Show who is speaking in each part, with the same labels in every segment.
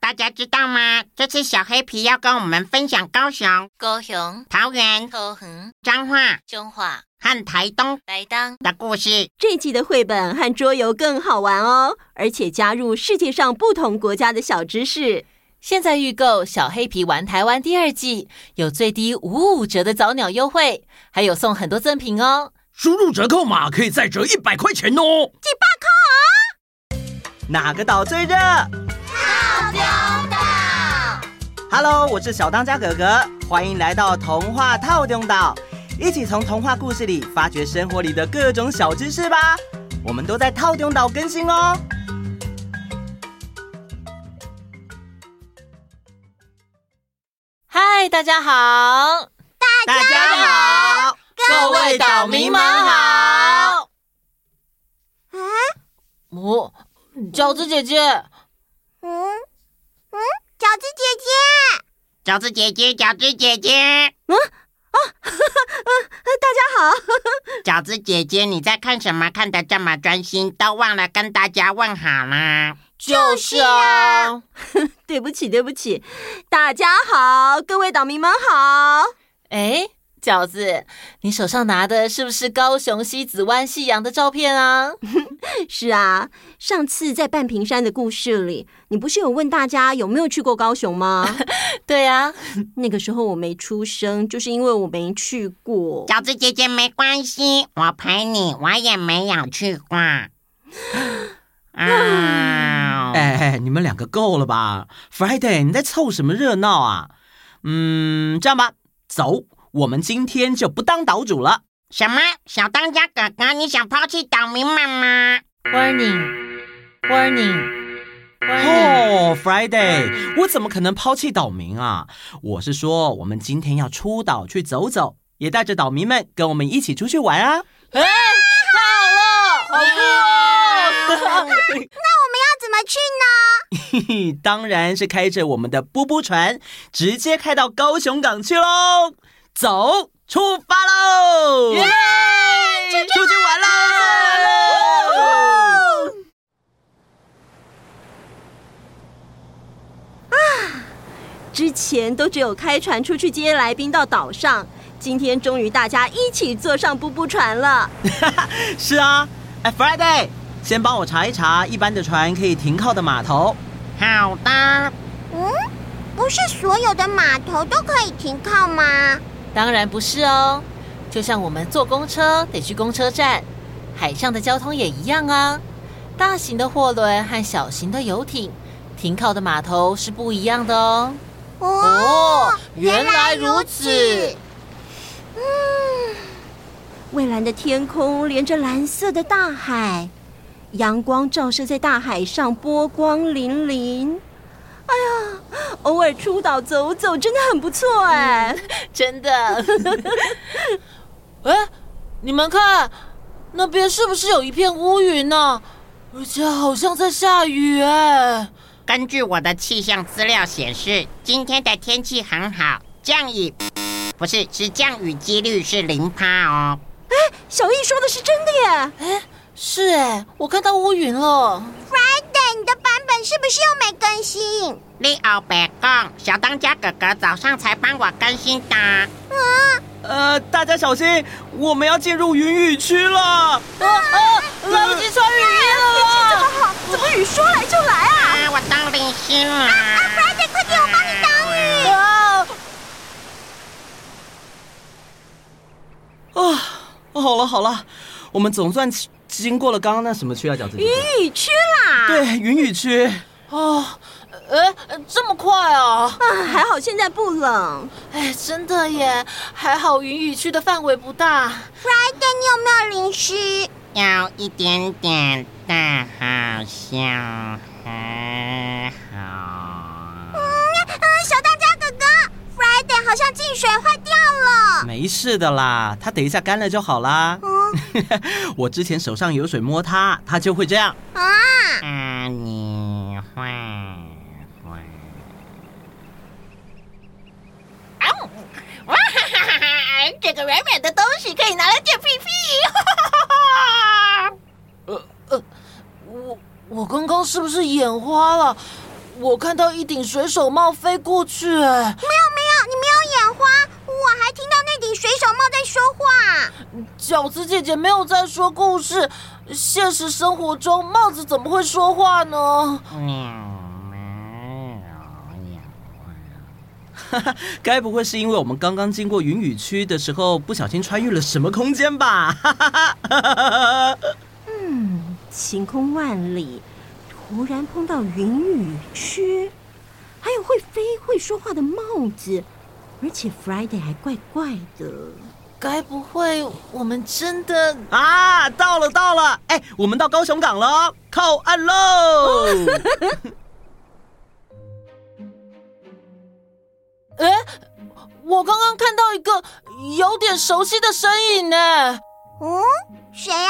Speaker 1: 大家知道吗？这次小黑皮要跟我们分享高雄、
Speaker 2: 高雄、
Speaker 1: 桃园、
Speaker 2: 桃园、
Speaker 1: 彰化
Speaker 2: 中华、
Speaker 1: 和台东
Speaker 2: 台东。
Speaker 1: 的故事。
Speaker 3: 这季的绘本和桌游更好玩哦，而且加入世界上不同国家的小知识。
Speaker 2: 现在预购《小黑皮玩台湾》第二季，有最低五五折的早鸟优惠，还有送很多赠品哦。
Speaker 4: 输入折扣码可以再折一百块钱哦。
Speaker 5: 哪个岛最热？套丢岛。Hello，我是小当家哥哥，欢迎来到童话套丢岛，一起从童话故事里发掘生活里的各种小知识吧。我们都在套丢岛更新哦。
Speaker 2: 嗨，大家好，
Speaker 5: 大家好，各位岛民们好。啊
Speaker 2: 哦，饺子姐姐，
Speaker 6: 饺子姐姐，
Speaker 1: 饺子姐姐，饺子姐姐，
Speaker 3: 嗯哦 大家好，
Speaker 1: 饺子姐姐，你在看什么？看得这么专心，都忘了跟大家问好啦。
Speaker 2: 就是啊。
Speaker 3: 对不起，对不起，大家好，各位岛民们好。
Speaker 2: 哎，饺子，你手上拿的是不是高雄西子湾夕阳的照片 啊？
Speaker 3: 是啊，上次在半屏山的故事里，你不是有问大家有没有去过高雄吗？
Speaker 2: 对啊，
Speaker 3: 那个时候我没出生，就是因为我没去过。
Speaker 1: 饺子姐姐没关系，我陪你，我也没有去过。 啊，
Speaker 5: 哎哎，你们啊两个够了吧？Friday，你在凑什么热闹啊？嗯，这样吧，走，我们今天就不当岛主了。
Speaker 1: 什么？小当家哥哥，你想抛弃岛民们吗？
Speaker 2: Warning! Warning! Warning!
Speaker 5: 哦、f r i d a y 我怎么可能抛弃岛民啊？我是说，我们今天要出岛去走走，也带着岛民们跟我们一起出去玩啊！
Speaker 6: 要怎么去呢？
Speaker 5: 嘿嘿， 当然是开着我们的波波船，直接开到高雄港去喽！走，出发喽！出去玩喽！
Speaker 3: 之前都只有开船出去接来宾到岛上，今天终于大家一起坐上布布船了。
Speaker 5: 是啊，哎，Friday，先帮我查一查一般的船可以停靠的码头。
Speaker 1: 好的，
Speaker 6: 嗯，不是所有的码头都可以停靠吗？
Speaker 2: 当然不是哦，就像我们坐公车得去公车站，海上的交通也一样啊。大型的货轮和小型的游艇停靠的码头是不一样的哦。
Speaker 6: 哦，
Speaker 2: 原来如此。
Speaker 3: 蔚蓝的天空连着蓝色的大海，阳光照射在大海上，波光粼粼。哎呀，偶尔出岛走走真的很不错哎。
Speaker 2: 真的。 哎，你们看，那边是不是有一片乌云呢、而且好像在下雨哎。
Speaker 1: 根据我的气象资料显示，今天的天气很好，降雨不是是降雨几率是零趴哦。
Speaker 3: 小易说的是真的耶，
Speaker 2: 是哎，我看到乌云了。
Speaker 6: Friday，你的版本是不是又没更新？
Speaker 1: 利奥白讲，小当家哥哥早上才帮我更新的。
Speaker 5: 呃，大家小心，我们要进入云雨区了。
Speaker 2: 来不及穿雨衣了。
Speaker 3: 啊怎么雨说来就来啊？
Speaker 1: 啊，我当零星了。
Speaker 6: Friday，快啊点，我帮你挡雨。
Speaker 5: 啊，好了好了，我们总算经经过了刚刚那什么区啊，饺子姐姐？
Speaker 3: 雨区哎啦。
Speaker 5: 对，云雨区。
Speaker 2: 哦，哎，这么快啊！
Speaker 3: 啊，还好现在不冷。
Speaker 2: 哎，真的耶，还好云雨区的范围不大。
Speaker 6: Friday，你有没有嗯零食？
Speaker 1: 有一点点但好像还好。
Speaker 6: 嗯，小当家哥哥，Friday 好像进水坏掉了。
Speaker 5: 没事的啦，它等一下干了就好啦。嗯 我之前手上有水摸它，它就会这样。
Speaker 6: 啊，
Speaker 1: 啊，你会会。
Speaker 2: 哇哈哈哈！这个软软的东西可以拿来垫屁屁。
Speaker 1: 哦
Speaker 2: 呃呃，我我刚刚是不是眼花了？我看到一顶水手帽飞过去，哎，
Speaker 6: 没有没有，你没有眼花，我还听到那顶水手帽在说话。
Speaker 2: 饺子姐姐没有在说故事，现实生活中帽子怎么会说话呢？
Speaker 5: 该不会是因为我们刚刚经过云雨区的时候，不小心穿越了什么空间吧？哈哈哈哈哈哈
Speaker 3: 嗯，晴空万里，突然碰到云雨区，还有会飞会说话的帽子，而且 Friday 还怪怪的。
Speaker 2: 该不会我们真的
Speaker 5: 啊！到了到了，哎，我们到高雄港了哦，靠岸 喽！
Speaker 2: 哎，我刚刚看到一个有点熟悉的身影呢，
Speaker 6: 嗯，谁啊？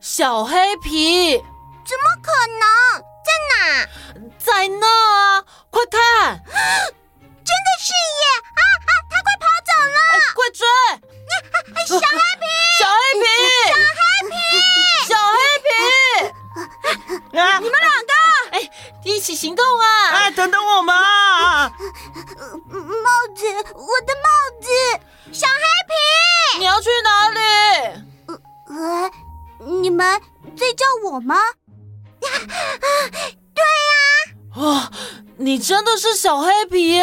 Speaker 2: 小黑皮
Speaker 6: 怎么可能？在哪？
Speaker 2: 在那啊，快 看，
Speaker 6: 真的是耶！啊啊，他快跑走
Speaker 2: 哎
Speaker 6: 了！
Speaker 2: 快追！
Speaker 6: 哎小黑皮，
Speaker 2: 小黑皮， 小黑皮，
Speaker 5: 啊，你们
Speaker 2: 一起行动啊！
Speaker 5: 哎，等等我们啊！
Speaker 6: 帽子，我的帽子，小黑
Speaker 2: 你要去哪里？
Speaker 6: 皮。呃，你们在叫我吗？
Speaker 2: 哦，你真的是小黑皮耶！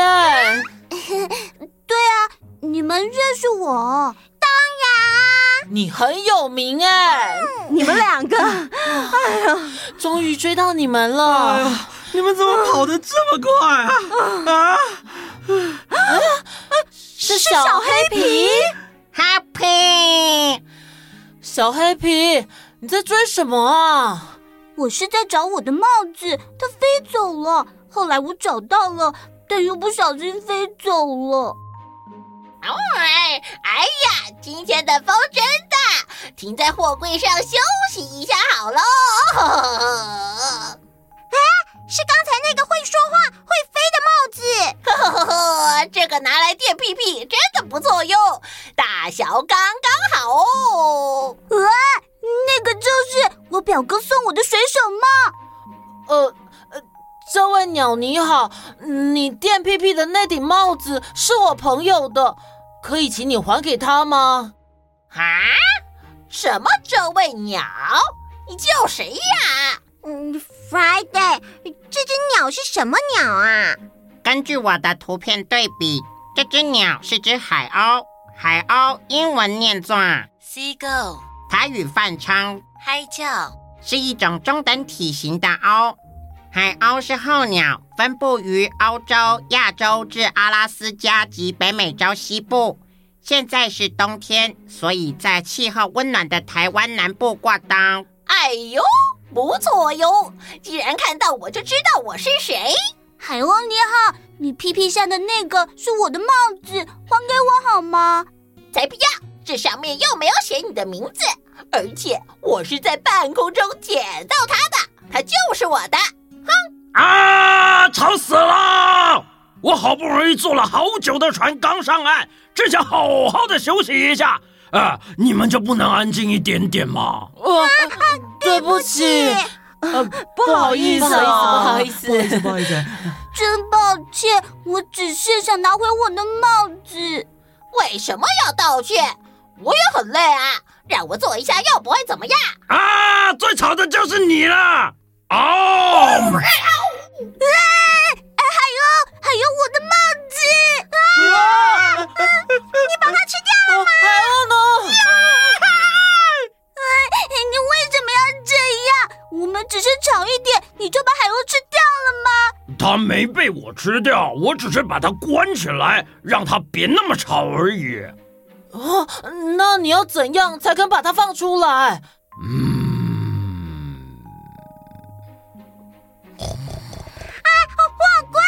Speaker 6: 对啊，你们认识我？当然。
Speaker 2: 你很有名哎，
Speaker 3: 你们两个，
Speaker 6: 哎
Speaker 2: 终于追到你们
Speaker 5: 哎
Speaker 2: 了。
Speaker 5: 你们怎么跑得这么快啊？啊！
Speaker 2: 是小黑皮，
Speaker 1: Happy，
Speaker 2: 小黑皮，你在追什么啊？
Speaker 6: 我是在找我的帽子，它飞走了。后来我找到了，但又不小心飞走了。
Speaker 7: 哎哎呀，今天的风真大，停在货柜上休息一下好 喽。
Speaker 6: 啊是刚才那个会说话、会飞的帽子。
Speaker 7: 这个拿来垫屁屁真的不错哟，大小刚刚好哦。
Speaker 6: 呃，那个就是我表哥送我的水手帽。
Speaker 2: 呃呃，这位鸟你好，你垫屁屁的那顶帽子是我朋友的，可以请你还给他吗？
Speaker 7: 啊？什么？这位鸟？你叫谁呀？
Speaker 6: 嗯，Friday，这只鸟是什么鸟啊？
Speaker 1: 根据我的图片对比，这只鸟是只海鸥，海鸥英文念作
Speaker 7: Seagull，
Speaker 1: 台语泛称
Speaker 7: 嗨叫。
Speaker 1: 是一种中等体型的鸥。海鸥是候鸟，分布于欧洲、亚洲至阿拉斯加及北美洲西部。现在是冬天，所以在气候温暖的台湾南部过冬。
Speaker 7: 哎呦，不错哟！既然看到我就知道我是谁。
Speaker 6: 海王你好，你屁屁下的那个是我的帽子，还给我好吗？
Speaker 7: 才不要！这上面又没有写你的名字，而且我是在半空中捡到它的，它就是我的。
Speaker 4: 啊，吵死了！我好不容易坐了好久的船，刚上岸，只想好好的休息一下。啊，你们就不能安静一点点吗？
Speaker 2: 呃，对不起，呃，不好意思啊，不好意思，不好意思。
Speaker 5: 不好意思，
Speaker 6: 真抱歉，我只是想拿回我的帽子。
Speaker 7: 为什么要道歉？我也很累啊，让我坐一下又不会怎么样。
Speaker 4: 啊，最吵的就是你了！啊哦，
Speaker 6: 还有我的帽子，啊
Speaker 2: 哦
Speaker 5: 啊
Speaker 2: 还有呢？
Speaker 6: 你为什么要这样？我们只是吵一点，你就把海鸥吃掉了吗？
Speaker 4: 它没被我吃掉，我只是把它关起来，让它别那么吵而已。
Speaker 2: 哦，那你要怎样才肯把它放出来？
Speaker 4: 嗯，啊，货柜！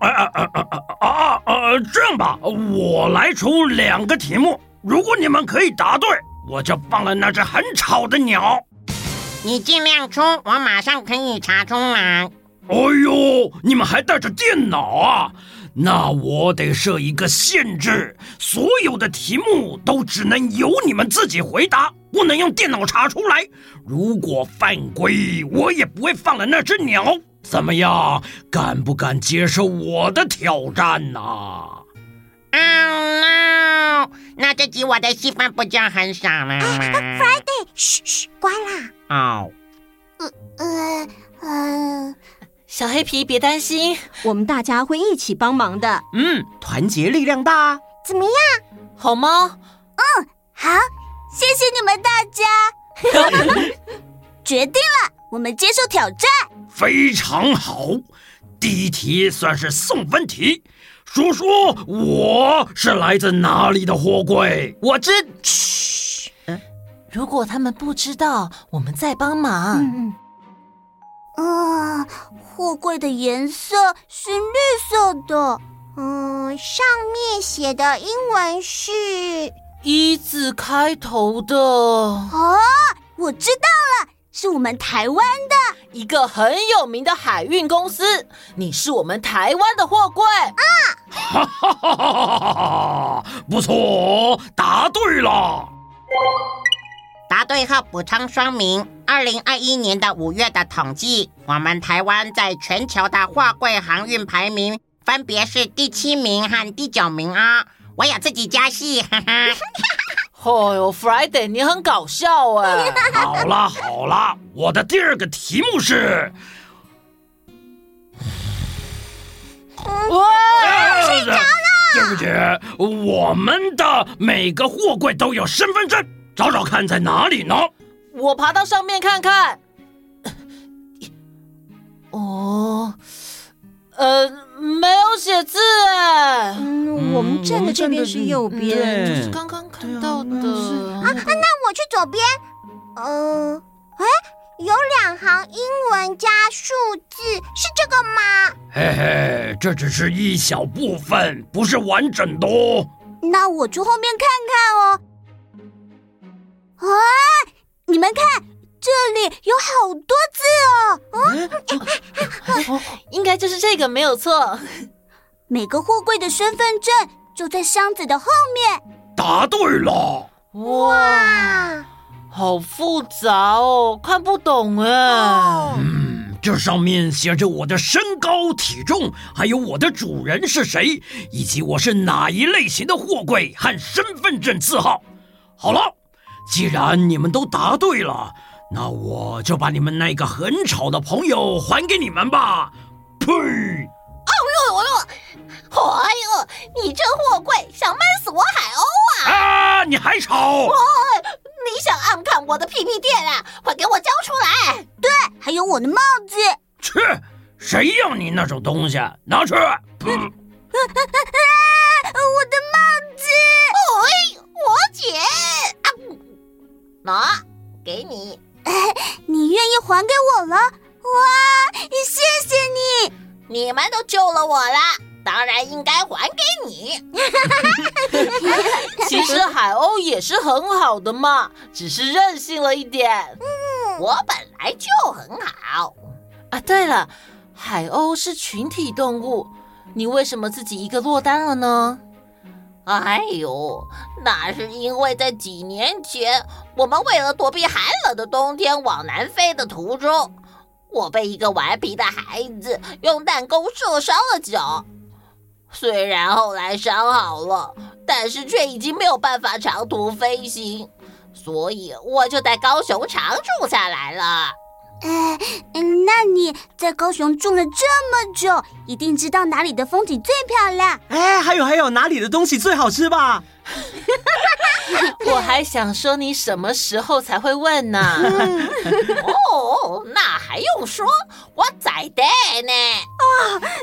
Speaker 4: 啊啊啊啊啊！这样吧，我来出两个题目，如果你们可以答对，我就放了那只很吵的鸟。
Speaker 1: 你尽量出，我马上可以查出来。
Speaker 4: 哎呦，你们还带着电脑啊？那我得设一个限制，所有的题目都只能由你们自己回答，不能用电脑查出来。如果犯规，我也不会放了那只鸟。怎么样，敢不敢接受我的挑战呐、
Speaker 1: Oh no！那这集我的戏份不就很少了吗？
Speaker 6: 对，
Speaker 3: 哎
Speaker 6: 嘘嘘，关啦。
Speaker 1: 哦，
Speaker 6: 呃呃，
Speaker 2: 小黑皮别担心，
Speaker 3: 我们大家会一起帮忙的。
Speaker 5: 嗯，团结力量大啊。
Speaker 6: 怎么样？
Speaker 2: 好吗？
Speaker 6: 好，谢谢你们大家。 决定了，我们接受挑战。
Speaker 4: 非常好，第一题算是送分题。说说我是来自哪里的货柜？
Speaker 5: 我知，
Speaker 2: 如果他们不知道，我们再帮忙。
Speaker 3: 嗯呃
Speaker 6: 嗯，货柜的颜色是绿色的。
Speaker 3: 呃
Speaker 6: 嗯，上面写的英文是……
Speaker 2: 一字开头的，
Speaker 6: 哦，我知道了，是我们台湾的。
Speaker 2: 一个很有名的海运公司，你是我们台湾的货柜。
Speaker 4: 哈 哈哈哈哈哈！不错，答对了。
Speaker 1: 答对后补充说明：二零二一年的五月的统计，我们台湾在全球的货柜航运排名分别是第七名和第九名啊、我有自己加戏，哈哈。
Speaker 2: 哦呦，Friday，你很搞笑 哎！
Speaker 4: 好啦好啦，我的第二个题目是，
Speaker 2: 哇，
Speaker 4: 呃对不起，我们的每个货柜都有身份证，找找看在哪里呢？
Speaker 2: 我爬到上面看看。 哦，呃，没有写字哎，
Speaker 3: 嗯，我们站的这边是右边，
Speaker 2: 就是刚刚看到的。啊
Speaker 6: 那嗯我去左边。嗯、呃，哎，有两行英文加数字，是这个吗？
Speaker 4: 嘿嘿，这只是一小部分，不是完整的哦。
Speaker 6: 那我去后面看看哦。啊，你们看，这里有好多字哦。
Speaker 2: 应该就是这个没有错。
Speaker 6: 每个货柜的身份证就在箱子的后面。
Speaker 4: 答对了。
Speaker 2: 哇，
Speaker 6: 啊，
Speaker 2: 好复杂哦，看不懂哎。
Speaker 4: 嗯，这上面写着我的身高、体重，还有我的主人是谁，以及我是哪一类型的货柜和身份证字号。好了，既然你们都答对了，那我就把你们那个很吵的朋友还给你们吧。呸！
Speaker 7: 哎呦，你这货柜想闷死我海鸥！
Speaker 4: 啊，你还吵！
Speaker 7: 你想暗看我的屁屁垫啊？快给我交出来！
Speaker 6: 还有我的帽子，呃
Speaker 4: 去，谁要你那种东西？拿去！呸！
Speaker 6: 呃我的帽子，
Speaker 7: 哎，我姐，啊，嗯拿，给你。
Speaker 6: 你愿意还给我了？哇，谢谢你！
Speaker 7: 你们都救了我了，当然应该还给 你。
Speaker 2: 其实海鸥也是很好的嘛，只是任性了一点
Speaker 7: 我本来就很好，
Speaker 2: 嗯啊。对了，海鸥是群体动物，你为什么自己一个落单了呢？
Speaker 7: 哎呦，那是因为在几年前，我们为了躲避寒冷的冬天往南飞的途中，我被一个顽皮的孩子用弹弓射伤了脚。虽然后来伤好了，但是却已经没有办法长途飞行，所以我就在高雄常住下来了。
Speaker 6: 哎，嗯那你在高雄住了这么久，一定知道哪里的风景最漂亮。
Speaker 5: 哎，还有还有，哪里的东西最好吃吧？
Speaker 2: 我还想说你什么时候才会问呢？
Speaker 7: 哦，那还用说，我在的呢。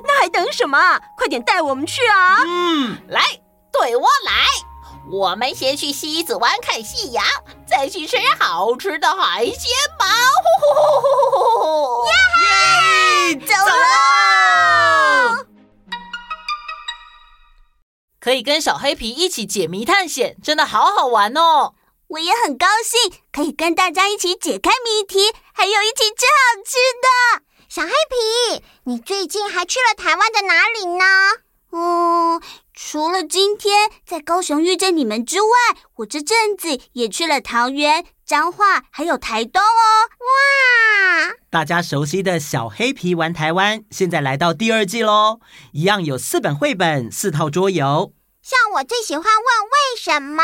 Speaker 3: 那还等什么啊？快点带我们去啊！
Speaker 5: 嗯
Speaker 7: 来，对我来，我们先去西子湾看夕阳，再去吃好吃的海鲜吧！呼呼呼呼呼呼呼！
Speaker 6: 走喽！
Speaker 2: 可以跟小黑皮一起解谜探险，真的好好玩哦！
Speaker 6: 我也很高兴可以跟大家一起解开谜题，还有一起吃好吃的。小黑皮，你最近还去了台湾的哪里呢？嗯，除了今天在高雄遇见你们之外，我这阵子也去了桃园、彰化，还有台东哦。哇！
Speaker 5: 大家熟悉的小黑皮玩台湾，现在来到第二季喽，一样有四本绘本、四套桌游。
Speaker 6: 像我最喜欢问为什么，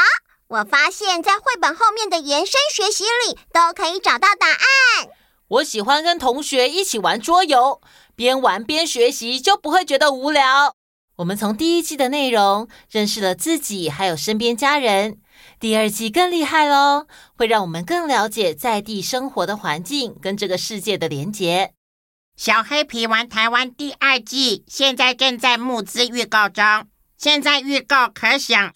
Speaker 6: 我发现在绘本后面的延伸学习里都可以找到答案。
Speaker 2: 我喜欢跟同学一起玩桌游，边玩边学习，就不会觉得无聊。我们从第一季的内容认识了自己，还有身边家人。第二季更厉害喽，会让我们更了解在地生活的环境跟这个世界的连结。
Speaker 1: 小黑皮玩台湾第二季现在正在募资预告中，现在预告可享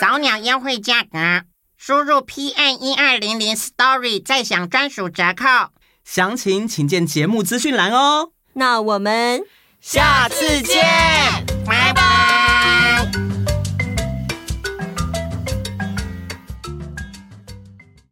Speaker 1: 早鸟优惠价格，输入 PN 一二零零 Story 再享专属折扣。
Speaker 5: 详情请见节目资讯栏哦。
Speaker 3: 那我们
Speaker 5: 下次见。